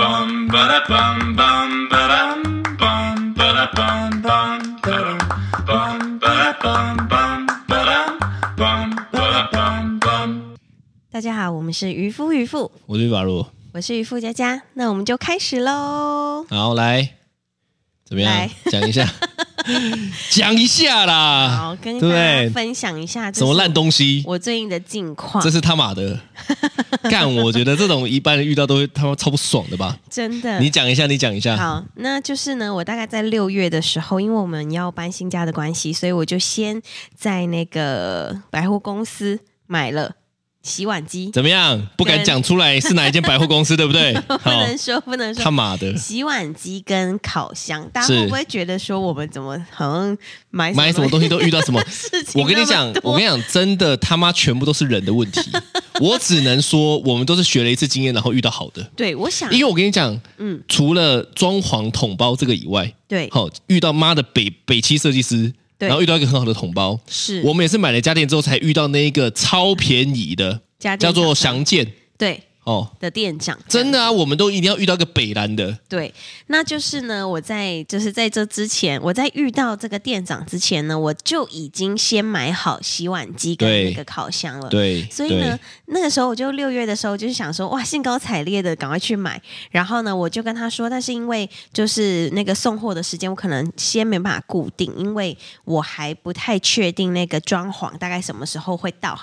bum ba da bum bum ba dum bum ba da bum bum ba dum bum ba da bum bum ba dum bum ba da bum bum. 大家好，我们是渔夫渔妇，我是法鲁，我是渔夫佳佳，那我们就开始喽。好来，怎么样来？讲一下， 讲一下啦好，，跟大家对不对？分享一下什么烂东西？我最近的近况这，是他 妈的干！我觉得这种一般人遇到都会他妈超不爽的吧？真的。你讲一下，你讲一下。嗯好，那就是呢，我大概在六月的时候，因为我们要搬新家的关系，所以我就先在那个百货公司买了洗碗机，怎么样？不敢讲出来是哪一间百货公司，对不对？不好，能说不能说他妈的，洗碗机跟烤箱，大家是会不会觉得说我们怎么好像买买什么东西都遇到什 么事情我跟你那讲么，多我跟你讲，真的他妈全部都是人的问题。我只能说，我们都是学了一次经验，然后遇到好的。对，我想因为我跟你讲，嗯除了装潢桶包这个以外，对好遇到妈的北北七设计师，对然后遇到一个很好的桶包。是我们也是买了家电之后才遇到那一个超便宜的，家电叫厂做商祥健对哦，的店长真的啊，我们都一定要遇到一个北蓝的，对，那就是呢，我在就是在这之前，我在遇到这个店长之前呢，我就已经先买好洗碗机跟对那个烤箱了。对，嗯所以呢，那个时候我就六月的时候就是想说，哇，兴高采烈的赶快去买。然后呢，我就跟他说，但是因为就是那个送货的时间，我可能先没办法固定，因为我还不太确定那个装潢大概什么时候会到，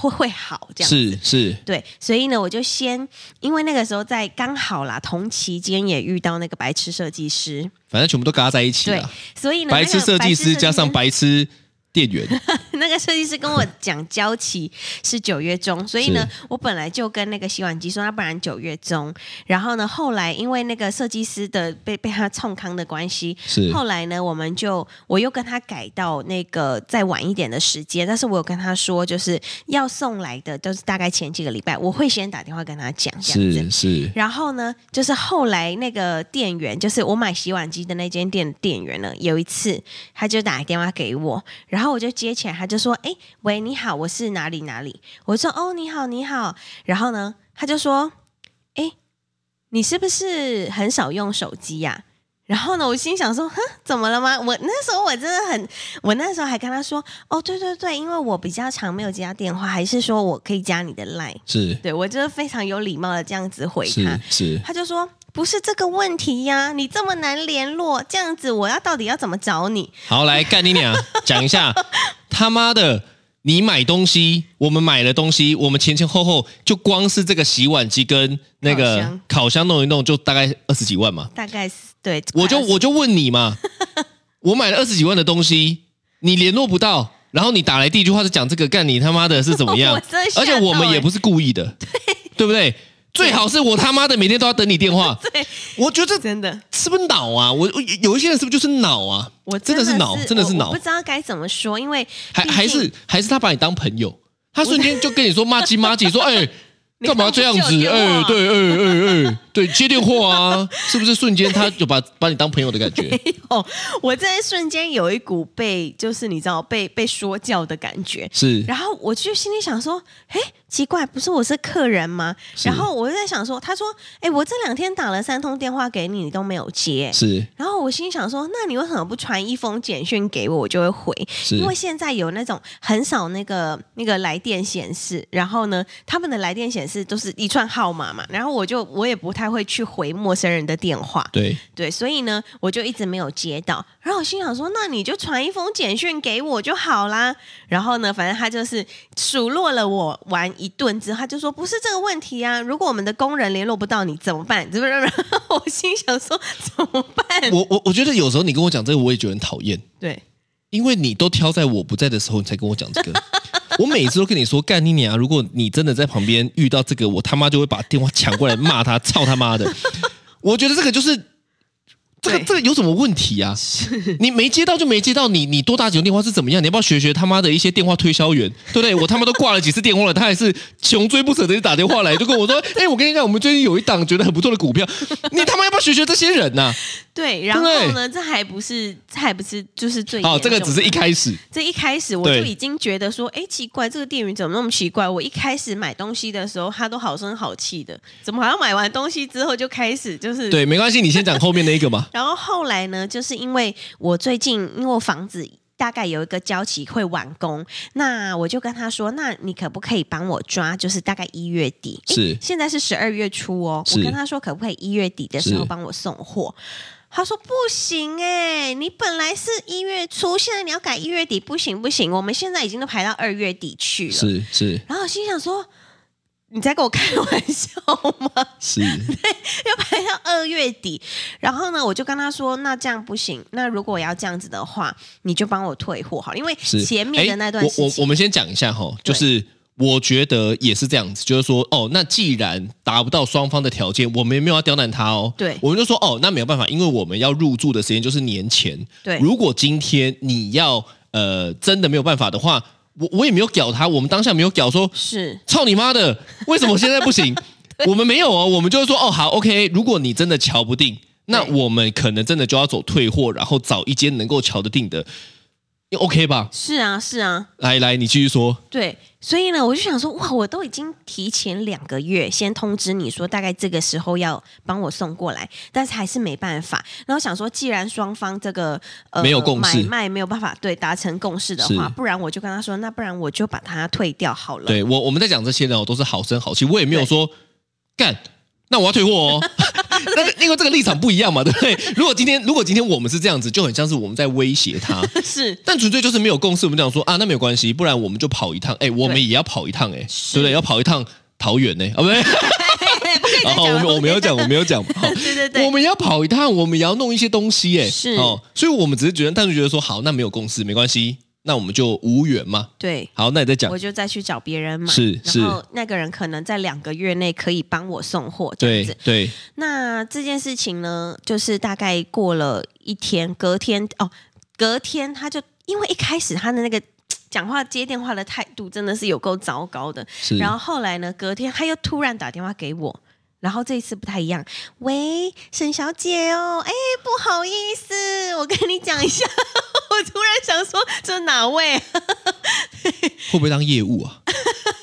会会好这对，样子。是是，对，所以呢，我就先，因为那个时候在刚好啦，同期间也遇到那个白痴设计师，反正全部都嘎在一起对了。，所以呢，白痴那个设计师加上白痴店员， 那个设计师跟我讲交期是九月中，所以呢，我本来就跟那个洗碗机说，要不然九月中。然后呢，后来因为那个设计师的被被他冲康的关系，是后来呢，我们就我又跟他改到那个再晚一点的时间，但是我有跟他说，就是要送来的，就是大概前几个礼拜，我会先打电话跟他讲这样子。是是，然后呢，就是后来那个店员，就是我买洗碗机的那间店的店员呢，有一次他就打电话给我，然后我就接起来，他就说：“哎，喂，你好，我是哪里哪里。”我说：“哦，你好，你好。”然后呢，他就说：“哎，你是不是很少用手机呀、然后呢，我心想说，哼，怎么了吗？我那时候我真的很，我那时候还跟他说，哦，对对对，因为我比较常没有接到电话，还是说我可以加你的 line，是对我就是非常有礼貌的这样子回他是，是，他就说不是这个问题呀、你这么难联络，这样子我要到底要怎么找你？好，来干你俩，讲 一下，他妈的，你买东西，我们买了东西，我们前前后后就光是这个洗碗机跟那烤个箱烤箱弄一弄，就大概二十几万嘛。大概是对，我就快要我就问 你嘛，我买了二十几万的东西，你联络不到，然后你打来第一句话是讲这个，干你他妈的是怎么 样我真的？吓欸而且我们也不是故意 的，对不对？最好是我他妈的每天都要等你电话， 对，我觉得真的，是不是脑啊？我我有一些人是不是就是脑啊？我真的是脑，真的是我脑我不，知道该怎么说，因为还毕竟还是还是他把你当朋友，他瞬间就跟你说妈鸡 妈鸡，说哎。你干嘛这样刚不子？是有哎、电话对，哎哎哎，对，接电话啊，是不是瞬间他就把把你当朋友的 感觉？哦，我这瞬间有一股被就是你知道被被说教的感觉。是然后我就心里想说，哎，奇怪，不是我是客人吗？是然后我就在想说，他说，哎，我这两天打了三通电话给你，你都没有接。是然后我心想说，那你为什么不传一封简讯给我，我就会回？是，因为现在有那种很少那个那个来电显示，然后呢，他们的来电显示都是一串号码嘛，然后我就我也不太会去回陌生人的电话，对对，所以呢，我就一直没有接到。然后我心想说，那你就传一封简讯给我就好啦。然后呢，反正他就是数落了我完一顿之后，他就说不是这个问题啊，如果我们的工人联络不到你怎么办？ 怎么然后我心想说怎么办？我我我觉得有时候你跟我讲这个，我也觉得很讨厌，对，因为你都挑在我不在的时候，你才跟我讲这个。 我每次都跟你说干你娘！如果你真的在旁边遇到这个，我他妈就会把电话抢过来骂他，操他妈的！我觉得这个就是这个对这个有什么问 题啊？你没接到就没接到，你你多打几通电话是怎么样？你要不要学学他妈的一些电话推销员，对不对？我他妈都挂了几次电话了，他还是穷追不舍的打 电 话来，就跟我说：“哎、我跟你讲，我们最近有一档觉得很不错的股票，你他妈要不要学学这些人呐、对，然后呢，这还不是，这还不是，就是最好，哦这个严重只是的一开始，这一开始我对就已经觉得说，哎，奇怪，这个店员怎么那么奇怪？我一开始买东西的时候，他都好声好气的，怎么好像买完东西之后就开始就是？。对，没关系，你先讲后面那一个嘛然后后来呢，就是因为我最近因为我房子。大概有一个交期会完工，那我就跟他说：“那你可不可以帮我抓？就是大概一月底，诶是现在是十二月初哦。是我跟他说可不可以一月底的时候是帮我送货？他说不行哎、你本来是一月初，现在你要改一月底，不行不行，我们现在已经都排到二月底去了。是是然后我心想说，你在跟我开玩笑吗？是，要排到二月底。然后呢，我就跟他说，那这样不行，那如果我要这样子的话，你就帮我退货好了，因为 是前面的那段诶时我间我我们先讲一下哈，就是我觉得也是这样子，就是说哦，那既然达不到双方的条件，我们也没有要刁难他哦，对我们就说哦，那没有办法，因为我们要入住的时间就是年前，对如果今天你要呃真的没有办法的话，我我也没有屌他，我们当下没有屌说是操你妈的，为什么现在 不行？我们没有哦，我们就是说哦好，OK，如果你真的瞧不定，那对我们可能真的就要走退货，然后找一间能够瞧得定的，OK 吧？是啊是啊，来来，你继续说，对，所以呢，我就想说，哇，我都已经提前两个月先通知你说，大概这个时候要帮我送过来，但是还是没办法。然后想说，既然双方这个呃没有共识买卖没有办法对达成共识的话，是不然我就跟他说，那不然我就把它退掉好了。对我我们在讲这些呢，我都是好声好气，我也没有说干。那我要退货哦， 那个因为这个立场不一样嘛，对不对？如果今天如果今天我们是这样子，就很像是我们在威 胁他， 是但纯粹就是没有共识，我们讲说啊，那没有关系，不然我们就跑一趟，哎、我们对也要跑一趟、哎，对不对？要跑一趟桃园呢、啊，不对，不可以再 啊，讲我了们我没有讲，我没有讲，好对对对我们也要跑一趟，我们也要弄一些东西、哎，是哦，所以我们只是觉得，但是觉得说好，那没有共识没关系，那我们就无缘嘛。对，好，那你再讲我，就再去找别人买，是是然后那个人可能在两个月内可以帮我送货这样对子。对，那这件事情呢，就是大概过了一天，隔天哦，隔天他就因为一开始他的那个讲话接电话的态度真的是有够糟糕的，是，然后后来呢，隔天他又突然打电话给我。然后这一次不太一样，喂，沈小姐哦，哎，不好意思，我跟你讲一下， 我突然想说这哪位啊会不会当业务 啊？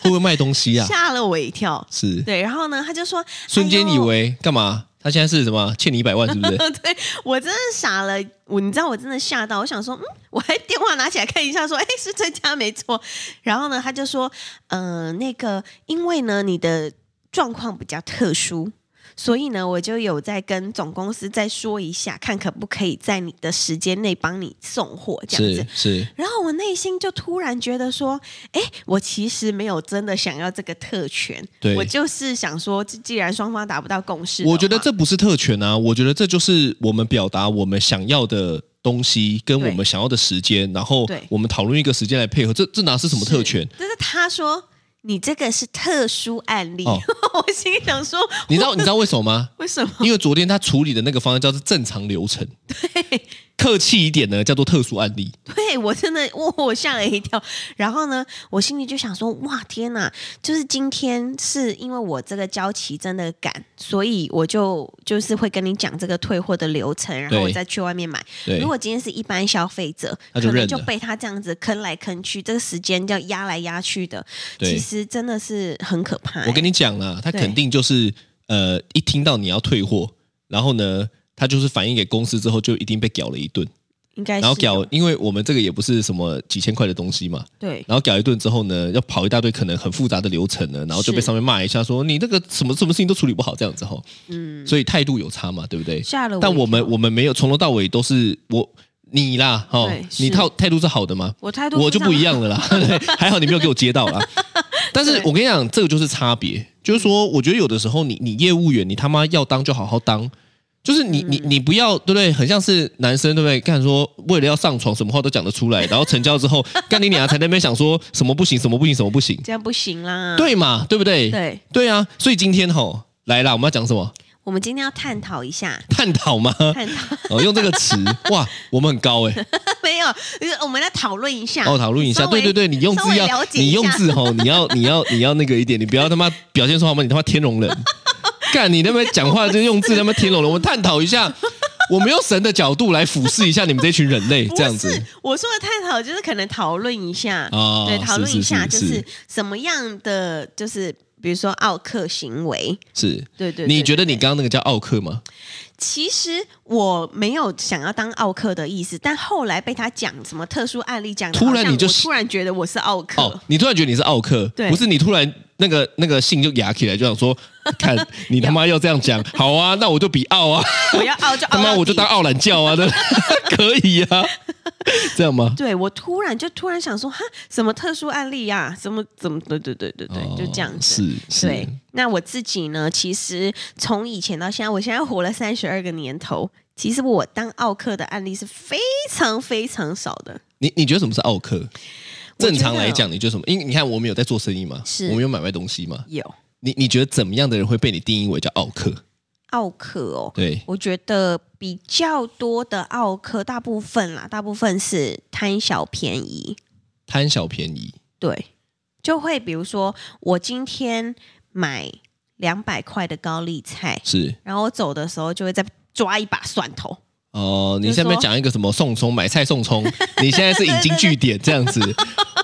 会不会卖东西啊？吓了我一跳。 是，对，然后呢，他就说，瞬间哎以呦为干嘛？他现在是什么？欠你一百万是 不是？哎对我真的傻了，我你知道我真的吓到，我想说，嗯，我还电话拿起来看一下，说，哎，是这家没错。然后呢，他就说，呃，那个，因为呢，你的状况比较特殊。所以呢，我就有在跟总公司再说一下，看可不可以在你的时间内帮你送货这样是子。是，然后我内心就突然觉得说，哎，我其实没有真的想要这个特权，对我就是想说，既然双方达不到共识的话，我觉得这不是特权啊，我觉得这就是我们表达我们想要的东西跟对我们想要的时间，然后对我们讨论一个时间来配合，这这哪是什么特权？但是他说你这个是特殊案例，哦 我心里想说你知道你知道为什 么吗？为什么？因为昨天他处理的那个方案叫做正常流程，对，客气一点呢叫做特殊案例， 对我真的我我吓了一跳。然后呢，我心里就想说哇天哪，就是今天是因为我这个交期真的赶，所以我就就是会跟你讲这个退货的流程，然后对我再去外面买。对如，果今天是一般消费者，那就可认了能就被他这样子坑来坑去，这个时间叫压来压去的，对其实真的是很可怕、欸我跟你你讲啦，他对肯定就是呃一听到你要退货，然后呢。他就是反映给公司之后，就一定被屌了一顿，应哎该是然后屌有，因为我们这个也不是什么几千块的东西嘛，对然后搞一顿之后呢，要跑一大堆可能很复杂的流程呢，然后就被是上面骂一下说你这个什么什么事情都处理不好这样子哈，嗯，所以态度有差嘛，对不对？吓了我一跳。但我们我们没有从头到尾都是我你啦哈对，是你态态度是好的吗？我态度我就非常不一样 了啦，对还好你没有给我接到啦。但是对我跟你讲，这个就是差别，就是说，我觉得有的时候你你业务员，你他妈要当就好好当，就是你你嗯你不要对不对？很像是男生对不对？干说为了要上床，什么话都讲得出来，然后成交之后， 干你娘才在那边想说什么不行，什么不行，什么不行，这样不行啦。对嘛？对不对？对，对啊，所以今天吼来啦，我们要讲什么？我们今天要探讨一下，探讨吗？探讨哦，用这个词，哇，我们很高哎、 没有，就是我们来讨论一下。哦，讨论一下，稍微对对对，你用稍字微要了，解一你用下字吼，你 要你要你要那个一点，你不要他妈表现出好吗？你他妈天龙人，干你那边讲话就用字他妈天龙人，我们探讨一下，我们用神的角度来俯视一下你们这群人类，不这样是子。我说的探讨，就是可能讨论一下，哦对，讨论一下，是就是是是什么样的，就是比如说奥克行为，是，对对对你觉得你对刚刚那个叫奥克吗？其实我没有想要当奥克的意思，但后来被他讲什么特殊案例讲得好像，突然你就我突然觉得我是奥克，哦，你突然觉得你是奥克，对不是你突然那个那个信就压起来，就想 说，看你他妈要这样讲，好啊，那我就比奥啊， 我要奥就奥他到妈我就底当奥懒教啊，对， 可以啊， 这样吗？对我突然就突然想说，哈，什么特殊案例呀、什么怎么对对对对对，就这样子。哦是是，对，那我自己呢，其实从以前到现在，我现在活了三十二个年头，其实我当奥克的案例是非常非常少的。你你觉得什么是奥克？我觉得正常来讲，你觉得什么？因为你看我们有在做生意嘛，是我们有买卖东西嘛，有你你觉得怎么样的人会被你定义为叫奥克？奥克哦，对，我觉得比较多的奥克，大部分啦，大部分是贪小便宜，贪小便宜，对，就会比如说我今天买两百块的高丽菜，是然后我走的时候就会再抓一把蒜头，哦，就你是说下面讲一个什么送葱买菜送葱，你现在是引经据典这样 子，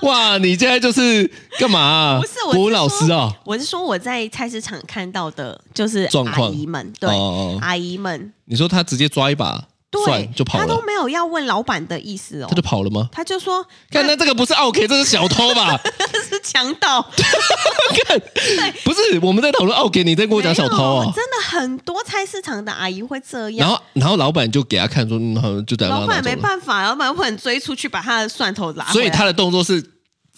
哇，你现在就是干嘛啊、不是我是国文老师啊、我是说我在菜市场看到的，就是状阿况姨们，对，哦哦阿姨们，你说他直接抓一把对蒜，就跑他都了，没有要问老板的意思哦，他就跑了吗？他就说看， 那这个不是 OK，这是小偷吧？这是强盗，不是，我们在讨论 OK，你在跟我讲小偷没有啊？真的很多菜市场的阿姨会这然样。后，然后老板就给他看说，嗯，好，就这样老让他板拿走没了。办法，老板不能追出去把他的蒜头拿回来，所以他的动作是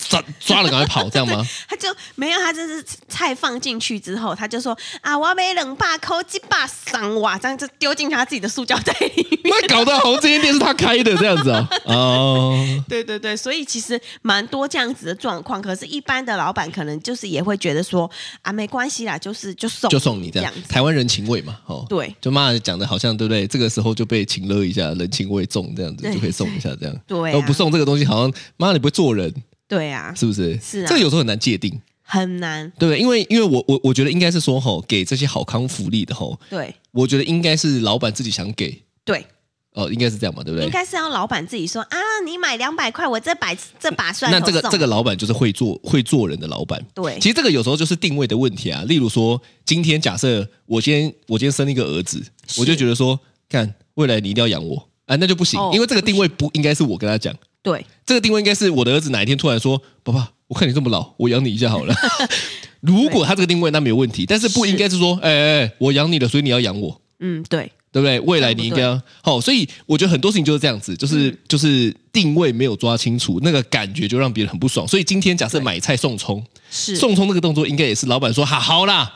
抓抓了赶快跑，这样 吗？他就没有，他就是菜放进去之后，他就说啊，我要买冷霸扣鸡巴赏哇，这样就丢进他自己的塑胶袋里面。那搞得好像这间店是他开的这样子 啊？哦，对对对，所以其实蛮多这样子的状况，可是，一般的老板可能就是也会觉得说啊，没关系啦，就是就送就送你这这样样，子，台湾人情味嘛，哦，对就妈的讲的好像对不对？这个时候就被情勒一下，人情味重这样子对就可以送一下这样，哦对啊然后不送这个东西好像妈你不会做人对啊，是不是？是啊这个有时候很难界定，很难，对不对？因为因为我我我觉得应该是说吼，给这些好康福利的吼，对我觉得应该是老板自己想给对，哦，应该是这样嘛，对不对应？该是让老板自己说啊，你买两百块，我这把这把蒜头那这个送这个老板就是会做会做人的老板，对其实这个有时候就是定位的问题啊。例如说，今天假设我今天我今天生了一个儿子，我就觉得说，看未来你一定要养我啊，那就不行，哦因为这个定位不应该是我跟他讲，对这个定位应该是我的儿子哪一天突然说，爸爸，我看你这么老，我养你一下好了。 如果他这个定位那没有问题，但是不是应该是说，哎哎哎，我养你了，所以你要养我。嗯对对不对？未来你应该要好、所以我觉得很多事情就是这样子，就是、嗯就是定位没有抓清楚，那个感觉就让别人很不爽。所以今天假设买菜送葱，是送葱这个动作应该也是老板说好好啦，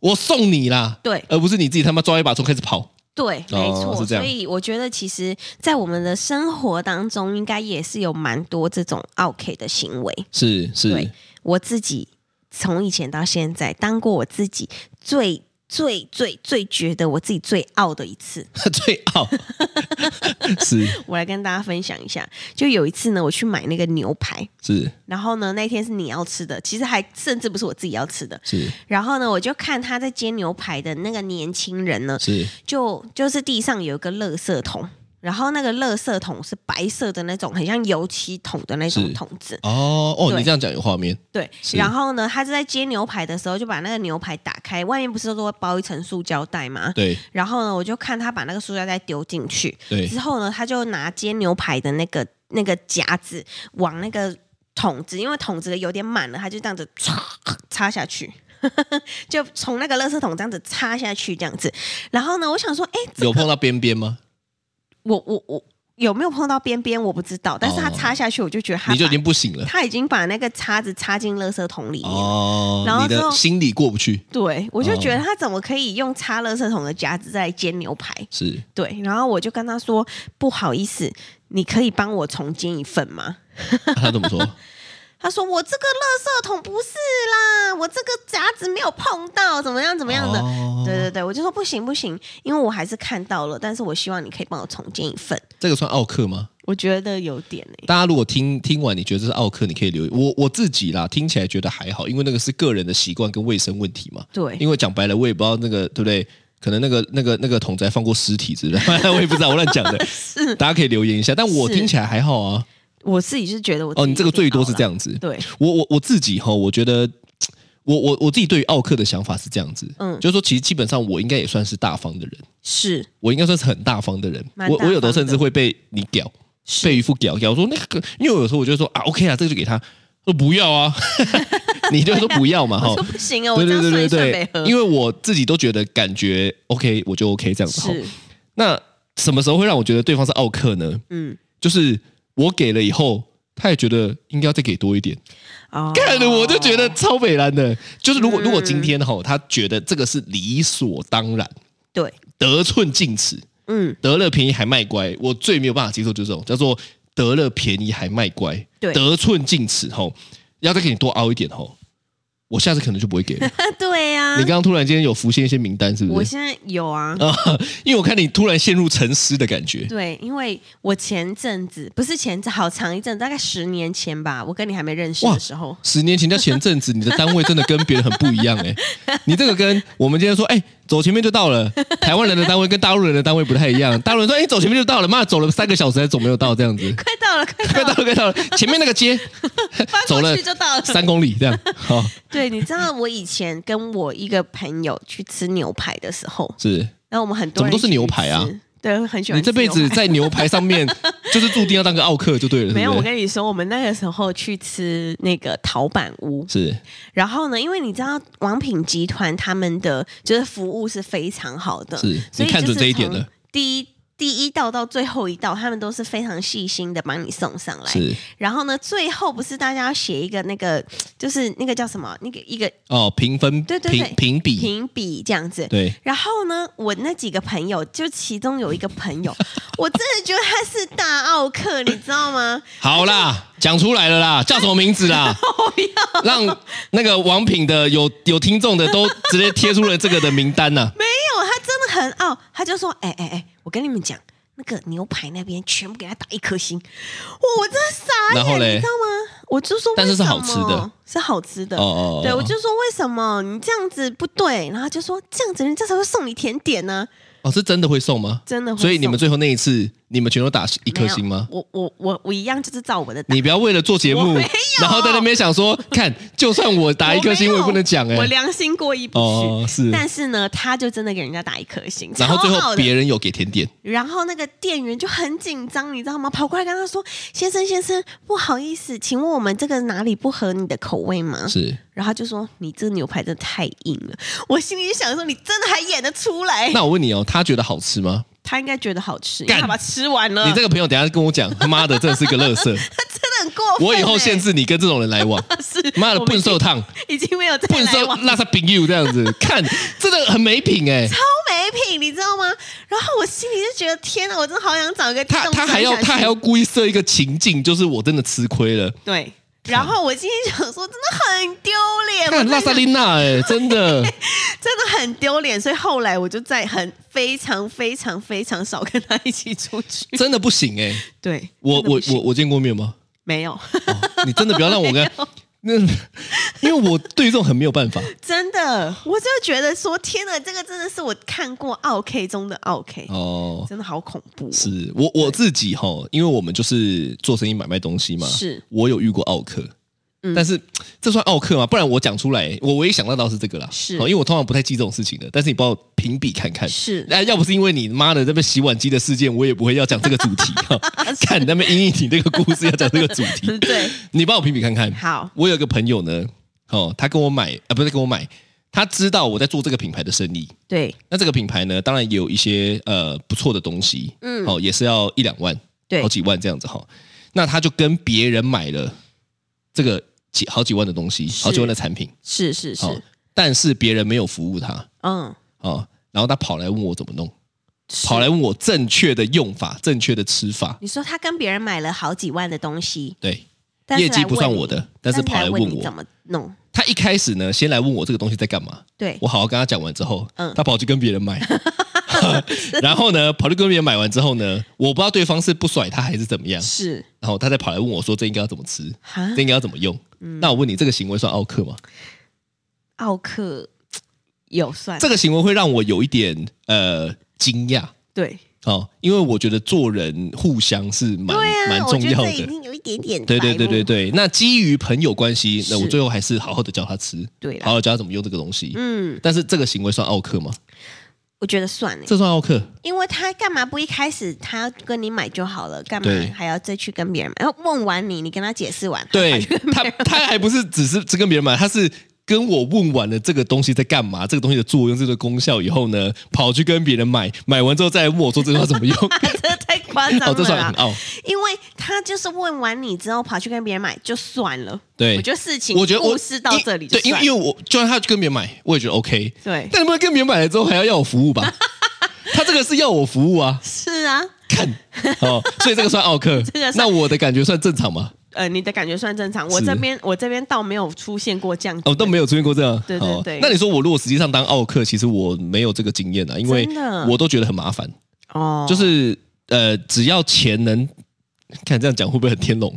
我送你啦，对而不是你自己他妈抓一把葱开始跑。对，哦没错，是所这样以我觉得其实，在我们的生活当中，应该也是有蛮多这种 OK 的行为。是对，我自己从以前到现在，当过我自己最最最最觉得我自己最傲的一次， 最傲 是我来跟大家分享一下。就有一次呢，我去买那个牛排，是然后呢，那天是你要吃的，其实还甚至不是我自己要吃的。是然后呢，我就看他在煎牛排的那个年轻人呢，是就就是地上有一个垃圾桶，然后那个垃圾桶是白色的那种，很像油漆桶的那种是桶子。哦哦，对你这样讲有画面对，是然后呢，他就在煎牛排的时候，就把那个牛排打开，外面不是都会包一层塑胶袋吗？对然后呢，我就看他把那个塑胶袋丢进去，对之后呢，他就拿煎牛排的那个那个夹子往那个桶子，因为桶子有点满了，他就这样子唰插下去。 就从那个垃圾桶这样子插下去，这样子。然后呢，我想说，哎、这有碰到边边吗？我我我有没有碰到边边我不知道，但是他哦插下去，我就觉得他你就已把经不行了他已经把那个叉子插进垃圾桶里面了。哦然，后你之后的心里过不去对，我就哦觉得他怎么可以用插垃圾桶的夹子在煎牛排？是对，然后我就跟他说：“不好意思，你可以帮我重煎一份吗啊他 怎么说？？”他说：“我这个垃圾桶不是啦，我这个夹子没有碰到，怎么样怎么样的。哦对对对，我就说不行不行，因为我还是看到了，但是我希望你可以帮我重煎一份。这个算奥克吗？我觉得有点哎、大家如果听听完，你觉得这是奥克，你可以留言。我我自己啦，听起来觉得还好，因为那个是个人的习惯跟卫生问题嘛。欸对因为讲白了，我也不知道那个对不对，可能那个那个那个桶子还放过尸体之类 的，我也不知道，我乱讲的。是大家可以留言一下，但我是听起来还好啊。我自己是觉得我哦，你这个最多是这样，样子。对，我我我自己哈，我觉得我我我自己对于奥克的想法是这样子，嗯就是说其实基本上我应该也算是大方的人，是我应该算是很大方的人。蛮我大我有的时候甚方的至会被你屌，是被渔夫屌屌说那个，因为我有时候我就会说啊，OK 啊，这个就给他，说不要啊， 你就说不要嘛哈我说。不行哦，我对这样对算对一算对没合，对，因为我自己都觉得感觉 OK，我就 OK 这样子哈。是那什么时候会让我觉得对方是奥克呢？嗯就是我给了以后，他也觉得应该要再给多一点。哦，看了我就觉得超北蓝的。就是如果嗯如果今天吼，他觉得这个是理所当然，对，得寸进尺，嗯得了便宜还卖乖，我最没有办法接受就是这种叫做得了便宜还卖乖，对得寸进尺吼，要再给你多凹一点吼，我下次可能就不会 给了。啊，对呀、你刚刚突然间有浮现一些名单，是不我是？现在有啊，啊，因为我看你突然陷入沉思的感觉。对，因为我前阵子不是前阵，好长一阵，大概十年前吧，我跟你还没认识哇的时候，，十年前叫前阵子，你的单位真的跟别人很不一样哎、你这个跟我们今天说，哎、走前面就到了，台湾人的单位跟大陆人的单位不太一样。大陆人说，哎、走前面就到了，妈走了三个小时还走没有到这样子快到了， 快 快到了，到了，快到了，前面那个 街翻走了过去就到了。 三公里 这样，好、对，你知道我以前跟我一个朋友去吃牛排的时候，是。然后我们很怎多么人都是一起去牛排啊吃？对，很喜欢你这吃辈牛子排在牛排上面就是注定要当个奥克就对 了，没有，是我不是跟你说，我们那个时候去吃那个陶板屋，是然后呢，因为你知道王品集团他们的就是服务是非常好的，是所以你看准就是这一点从了第一第一道到最后一道，他们都是非常细心的帮你送上来。是然后呢，最后不是大家要写一个那个，就是那个叫什么，那个一个哦，评分对对对评评比评比这样子。对然后呢，我那几个朋友，就其中有一个朋 友，我真的觉得他是大奥克，你知道吗？好哎啦，讲出来了啦，叫什么名 字啦？让那个王品的有有听众的都直接贴出了这个的名单呐、 没有，他真的很傲，他就说：“哎哎哎，我跟你们讲，那个牛排那边全部给他打一颗星。”我我真的傻眼，然后嘞你知道吗？我就说，但是是为什好吃的么，是好吃的。哦哦哦对，我就说为什么你这样子不对，然后他就说这样子人家才会送你甜点呢、哦，是真的会送吗？真的会送所以你们最后那一次，你们全都打一颗星吗没？有我我我我一样就是照我的打。你不要为了做节我目没有，然后在那边想说，看，就算我打一颗星，我我没有也不能讲哎、我良心过意不去。哦，是。但是呢，他就真的给人家打一颗星，然后最超好后的别人有给甜点，然后那个店员就很紧张，你知道吗？跑过来跟他说：“先生，先生，不好意思，请问我们这个哪里不合你的口味吗是。？”然后他就说：“你这牛排真的太硬了。”我心里就想说：“你真的还演得出来那我问你哦，他觉得好吃吗？？”他应该觉得好吃，因干为他把它吃完了。你这个朋友等一下跟我讲，他妈的，真的是个乐 他真色，的很过分、我以后限，制你跟这种人来往，是妈的欸我们笨已经兽烫。已经没有不再能来说往，拉萨饼 you 这样 子，看真的很没品哎、超没品，你知道吗？然后我心里就觉得：“天哪，我真的好想找一个他洞他还要钻下去他还要故意设一个情境，就是我真的吃亏了。对。”然后我今天想说，真的很丢脸。我看真的拉萨琳娜哎，真的 真的很丢脸，所以后来我就再很非常非常非常少跟他一起出去。真的不行哎、对，我真的我不行我我见过 面吗？没有，哦你真的不要让我跟 那，因为我对这种很没有办法。真 的，我就觉得说，天哪，这个真的是我看过奥 K 中的奥 K，、哦，真的好恐怖哦、是我我自己哈，因为我们就是做生意买卖东西嘛，是我有遇过奥克。嗯但是这算奥克吗？不然我讲出来，我唯一想到到是这个啦。是哦因为我通常不太记这种事情的。但是你帮我评比看看，是哎，要不是因为你妈的这边洗碗机的事件，我也不会要讲这个主题。哈 看那么因应你这个故事要讲这个主题，对，你帮我评比看看。好，我有一个朋友呢，哦，他跟我买啊，不是跟我买，他知道我在做这个品牌的生意。对那这个品牌呢，当然也有一些呃不错的东西，嗯哦，也是要一两万，对好几万这样子哈、那他就跟别人买了这个几好几万的东西，是好几万的产品，是是是，哦，但是别人没有服务他，嗯，哦，然后他跑来问我怎么弄，是跑来问我正确的用法、正确的吃法，你说他跟别人买了好几万的东西，对，但是业绩来不算问我你的，但但是跑来来问你怎我。么弄，他一开始呢，先来问我这个东西在干嘛，对我，好好跟他讲完之后，嗯他跑去跟别人买， 然后呢，跑去跟别人买完之后呢，我不知道对方是不甩他还是怎么样，是啊然后他再跑来问我说这应该要怎么吃，哈嗯这应该要怎么用。那我问你，这个行为算奥克吗？奥克有算这个行为会让我有一点呃惊讶对哦，因为我觉得做人互相是蛮、对啊，蛮重要我觉得这已的。经有一点点对对对对白目对，那基于朋友关系，那我是最后还是好好的教他吃，对啦好好教他怎么用这个东西。嗯，但是这个行为算奥克吗？我觉得算了，这算奥克？因为他干嘛不一开始他跟你买就好了，干嘛对还要再去跟别人买？然后问完你，你跟他解释完， 对他，他还不是只是只跟别人买，他是跟我问完了这个东西在干嘛，这个东西的作用、这个功效以后呢，跑去跟别人买，买完之后再问我说这个要怎么用。 这啊太夸张 哦，这了算啦。很奥。因为他就是问完你之后跑去跟别人买就算了，对我觉得事情我觉得我故事到这里因就对，因为算因为我就算他去跟别人买，我也觉得 OK。对但能不能跟别人买了之后还要要我服务吧？ 他这个是要我服务啊，是啊，看哦，所以这个算奥克。这个算那我的感觉算正常吗？呃，你的感觉算正常，我是这边我这边倒没有出现过这样子的，哦，都没有出现过这样。对对哦对那你说我如果实际上当奥克，其实我没有这个经验啊，因为真的我都觉得很麻烦。哦，就是呃，只要钱能，看这样讲会不会很天龙？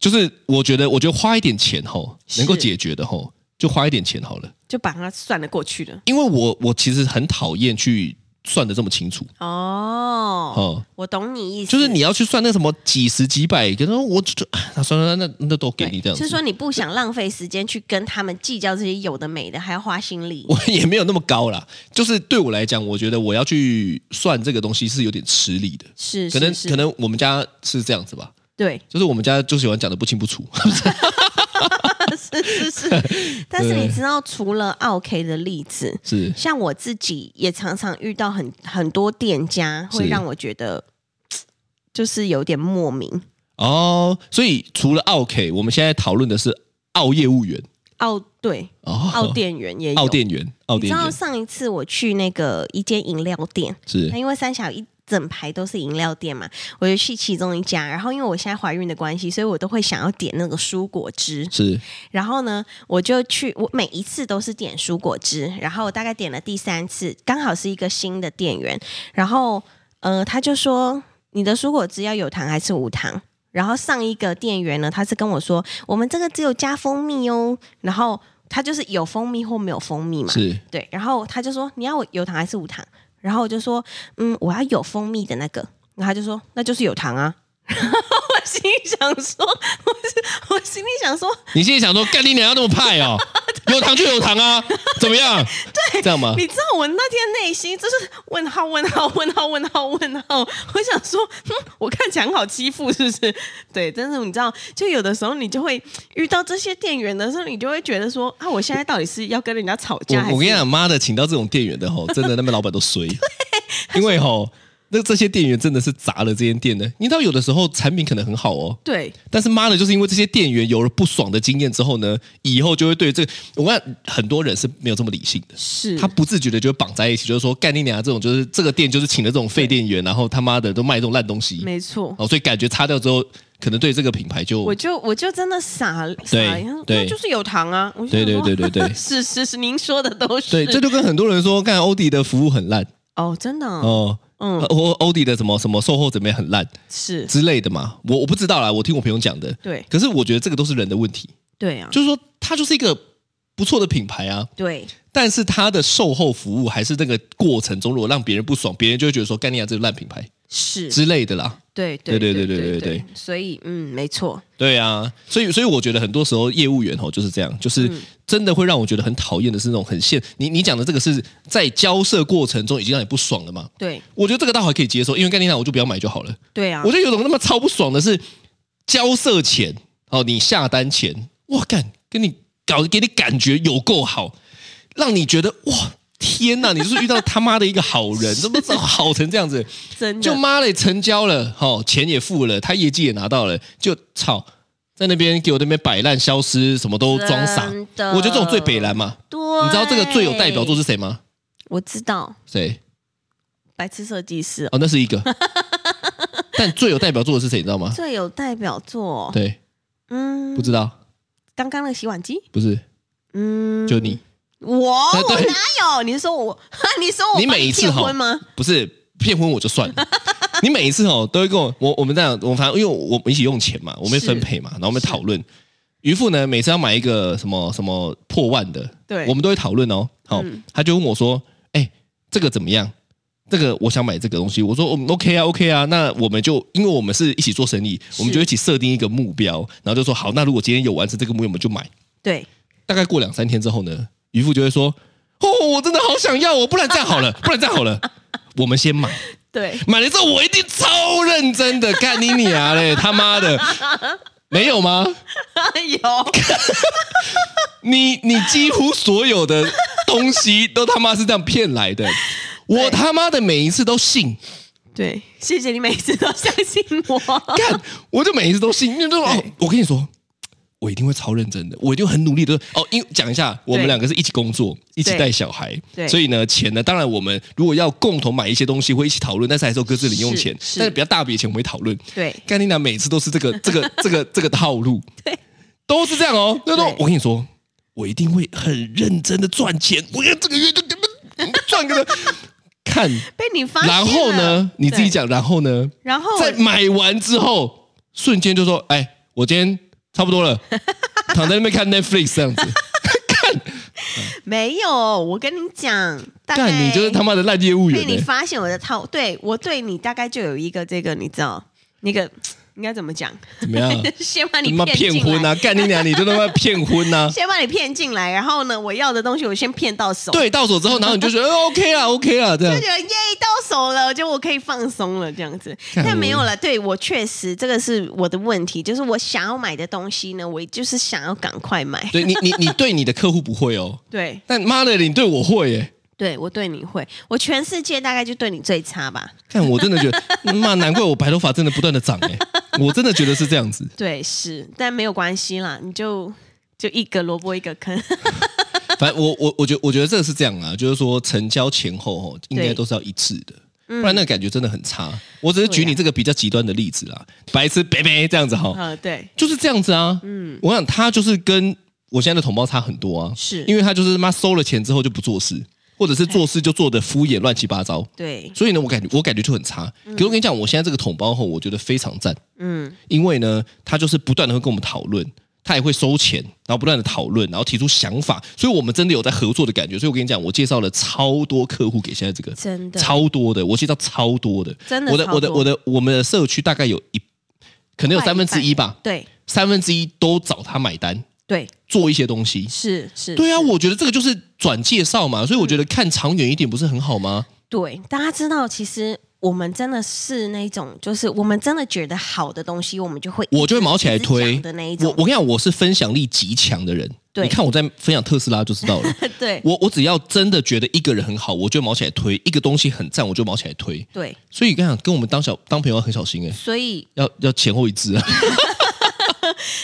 就是我觉得，我觉得花一点钱吼，能够是解决的吼，就花一点钱好了。就把它算得过去了因为我我其实很讨厌去算的这么清楚哦。哦、我懂你意思，就是你要去算那什么几十几百，可能我就就啊那算了，那那都给对你这样子是。说你不想浪费时间去跟他们计较这些有的没的，还要花心力。 我也没有那么高啦，就是对我来讲，我觉得我要去算这个东西是有点吃力的，是，可能是是可能我们家是这样子吧，对， 就是我们家就喜欢讲的不清不楚， 是是是。但是你知道，除了 OK 的例子，是像我自己也常常遇到很很多店家会是让我觉得。就是有点莫名哦，所以除了奥 K，我们现在讨论的是奥业务员奥对 哦，奥店员也有奥店员，奥你店知道员上一次我去那个一间饮料店，是那因为三峡有一整排都是饮料店嘛，我就去其中一家。然后因为我现在怀孕的关系，所以我都会想要点那个蔬果汁。是然后呢，我就去，我每一次都是点蔬果汁。然后我大概点了第三次，刚好是一个新的店员。然后呃，他就说你的蔬果汁要有糖还是无糖？然后上一个店员呢，他是跟我说我们这个只有加蜂蜜哦。然后他就是有蜂蜜或没有蜂蜜嘛。是对，然后他就说你要我有糖还是无糖？然后我就说嗯，我要有蜂蜜的那个。然后他就说那就是有糖啊。 然后我心里想说，我是我心里想说，你心里想说，干你娘要那么 派哦，有糖就有糖啊，怎么样？对，这样吗？你知道我那天内心就是问号问号问号问号问号，我想说，哼，我看起来很好欺负是不是？对，但是你知道，就有的时候你就会遇到这些店员的时候，你就会觉得说，啊，我现在到底是要跟人家吵我架还是？我跟你讲，妈的，请到这种店员的吼，真的那边老板都衰，因为吼。那这些店员真的是砸了这间店的。你知道，有的时候产品可能很好哦，对，但是妈的，就是因为这些店员有了不爽的经验之后呢，以后就会对这个，我看很多人是没有这么理性的。是他不自觉的就会绑在一起，就是说干你娘这种，就是这个店就是请了这种废店员，然后他妈的都卖这种烂东西，没错。哦，所以感觉擦掉之后，可能对这个品牌就我就我就真的傻了，傻对了，然后对那就是有糖啊！我就对对想说对 对对是是是，您说的都是对，这就跟很多人说干欧迪的服务很烂哦，真的哦哦，嗯呃或欧迪的什么什么售后怎么样很烂是，之类的嘛，我我不知道啦，我听我朋友讲的，对可是我觉得这个都是人的问题，对啊，就是说它就是一个不错的品牌啊，对但是它的售后服务还是这个过程中如果让别人不爽，别人就会觉得说干你娘这个烂品牌是，之类的啦。对对对对对对对对对，所以嗯，没错，对啊，所以所以我觉得很多时候业务员哦就是这样，就是真的会让我觉得很讨厌的是那种很现。你你讲的这个是在交涉过程中已经让你不爽了嘛？对我觉得这个倒还可以接受，因为概念上我就不要买就好了。对啊我，觉得有种那么超不爽的是交涉前哦，你下单前，哇干，跟你搞给你感觉有够好，让你觉得哇天呐，你就是遇到他妈的一个 好人，怎么怎么好成这样子？真的就妈嘞，成交了，哦，钱也付了，他业绩也拿到了，就操，在那边给我那边摆烂消失，什么都装傻。真的我觉得这种最北蓝嘛。对，你知道这个最有代表作，是谁吗？我知道谁？白痴设计师哦 哦，那是一 个。但最有代表作的是谁？你知道吗？最有代表作，对，嗯不，知道，刚刚那个洗碗机，不是，嗯，就你，我对我 对哪有？你是说我， 你说我你帮每一次骗吼婚吗？不是骗婚我就算了。你每一次哦都会跟我，我我们这样，我们反正因为我们一起用钱嘛，我们会是分配嘛，然后我们讨论。渔夫呢，每次要买一个什么什么破万的，对嗯我们都会讨论哦。好、他就问我说：“哎、这个怎么样？这个我想买这个东西。”我说：“嗯，OK 啊，OK 啊。”那我们就因为我们是一起做生意，我们就一起设定一个目标，然后就说：“好，那如果今天有完成这个目标，我们就买。”对，大概过两三天之后呢，渔夫就会说：“哦，我真的好想要哦，不然这样好了，不然这样好了，我们先买。”对，买了之后我一定超认真的，干你娘嘞！他妈的，没有吗？ 有，你你几乎所有的东西都他妈是这样骗来的，我他妈的每一次都信，对，谢谢你每次都相信我。 干我就每一次都信，因为就说哦，我跟你说。我一定会超认真的，我一定会很努力的。哦，因为讲一下，我们两个是一起工作，一起带小孩，对所以呢，钱呢，当然我们如果要共同买一些东西，会一起讨论，但是还是有各自零用钱，是是但是比较大笔的钱我们会讨论。 对，甘丽娜每次都是这个这个这个这个套路， 对，都是这样哦。那种对我跟你说，我一定会很认真的赚钱，我要这个月就给你们 赚个看。被你发现了然后呢，你自己，讲，然后呢，对然后在买完之后，瞬间就说：“哎，我今天差不 多了，躺在那边看 Netflix 这样子。没有，我跟你讲，”大概干，你就是他妈的烂业务被员、你欸！发现我的套，对我对你大概就有一个这个，你知道那个应该怎么 讲？怎 么样？先把他你妈骗骗进婚来，啊！干你娘！你就他妈骗婚 啊！先把你骗进来，然后呢，我要的东西我先骗到手，对，到手之后，然后你就觉 得、呃 OK 啊，OK 啊，这样就觉得耶到手了，就我可以放松了这样子。看但我没有了，对我确实这个是我的问题，就是我想要买的东西呢，我就是想要赶快买。对你，你你对你的客户不会哦，对，但妈的，你对我会欸耶！对我对你会，我全世界大概就对你最差吧。看我真的觉得，妈，难怪我白头发真的不断的长哎，我真的觉得是这样子。对，是，但没有关系啦，你就就一个萝卜一个坑。反正我我我觉得我觉得这个是这样啊，就是说成交前后哦，应该对都是要一致的，不然那个感觉真的很差。我只是举对啊你这个比较极端的例子啦，白痴北北这样子哈， 呃，对，就是这样子啊。嗯，我想他就是跟我现在的同胞差很多啊，是因为他就是妈收了钱之后就不做事，或者是做事就做的敷衍乱七八糟。对，所以呢，我感觉我感觉就很差。可是我跟你讲，我现在这个统包后，我觉得非常赞，嗯，因为呢，他就是不断的会跟我们讨论，他也会收钱，然后不断的讨论，然后提出想法，所以我们真的有在合作的感觉。所以我跟你讲，我介绍了超多客户给现在这个，真的，超多的，我介绍超多的，真的我的超我的多我的我们的社区大概有一，可能有快一三分之一吧，对三分之一都找他买单，对，做一些东西。是是，嗯对啊，我觉得这个就是转介绍嘛，所以我觉得看长远一点不是很好吗？对，大家知道，其实我们真的是那种，就是我们真的觉得好的东西，我们就会我就会毛起来一直推讲的那一我种我。跟你讲，我是分享力极强的人。对你看我在分享特斯拉就知 道了。对我我只要真的觉得一个人很好，我就毛起来推；一个东西很赞，我就毛起来推。对，所以跟你讲，跟我们当小当朋友要很小心哎、所以，要要前后一致啊。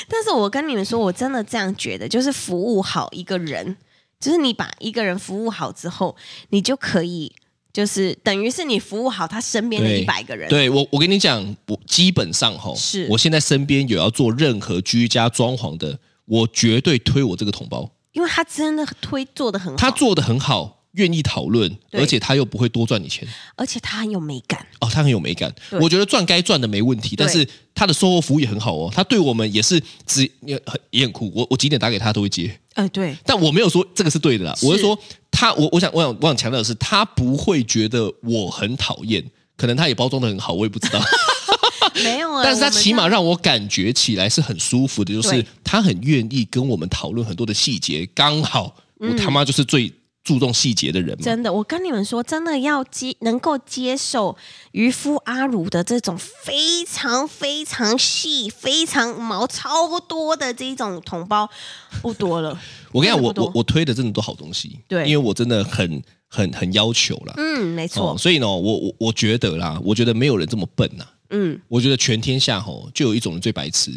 但是我跟你们说，我真的这样觉得，就是服务好一个人，就是你把一个人服务好之后，你就可以，就是等于是你服务好他身边的对一百个人。对我我跟你讲，我基本上吼，是我现在身边有要做任何居家装潢的，我绝对推我这个同胞，因为他真的推做的很好，他做的很好，愿意讨论，对而且他又不会多赚你钱。而且他很有美感，哦，他很有美感，对我觉得赚该赚的没问题，但是他的售后服务也很好哦，他对我们也是只也很也很酷，我我几点打给他都会接，呃， 对，但我没有说这个是对的啦，是我是说他，我我想我想我想强调的是，他不会觉得我很讨厌，可能他也包装的很好，我也不知 道，没有啊。但是他我们起码这样让我感觉起来是很舒服的，就是对他很愿意跟我们讨论很多的细节，刚好我他妈就是最注重细节的人嘛，嗯真的，我跟你们说，真的要接能够接受渔夫阿鲁的这种非常非常细、非常毛超多的这一种同胞不多了。 我跟你讲，我真的不多我我推的真的都好东西，对因为我真的很很很要求啦。嗯，没错，哦，所以呢，我我我觉得啦，我觉得没有人这么笨呐、啊嗯，我觉得全天下吼，就有一种人最白痴，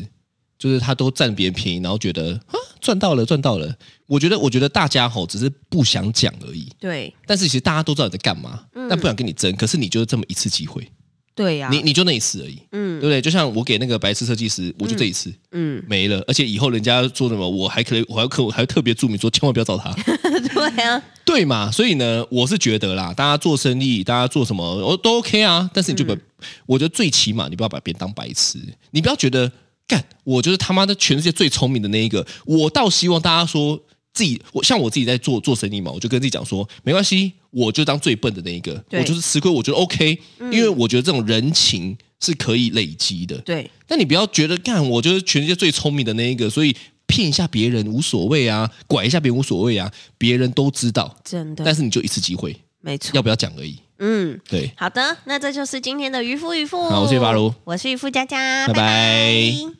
就是他都占别人便宜，然后觉得啊赚到了赚到了。我觉得我觉得大家吼只是不想讲而已，对但是其实大家都知道你在干嘛，嗯但不想跟你争。可是你就是这么一次机会，对呀、你你就那一次而已，对嗯不对？就像我给那个白痴设计师，我就这一次、嗯，没了，而且以后人家做什么，我还可以我还可我还特别注明说，千万不要找他。对啊， 对嘛？所以呢，我是觉得啦，大家做生意，大家做什么，哦都 OK 啊。但是你就不，我觉得最起码你不要把别人当白痴，你不要觉得干，我就是他妈的全世界最聪明的那一个。我倒希望大家说自己，我像我自己在做做生意嘛，我就跟自己讲说，没关系，我就当最笨的那一个，对我就是吃亏，我觉得 OK，、因为我觉得这种人情是可以累积的。对，但你不要觉得干，我就是全世界最聪明的那一个，所以骗一下别人无所谓啊，拐一下别人无所谓啊，别人都知道，真的但，是你就一次机会，没错要。不要讲而已。嗯，对，好的，那这就是今天的渔夫渔夫。好我是渔夫阿如我是渔夫佳佳，拜拜拜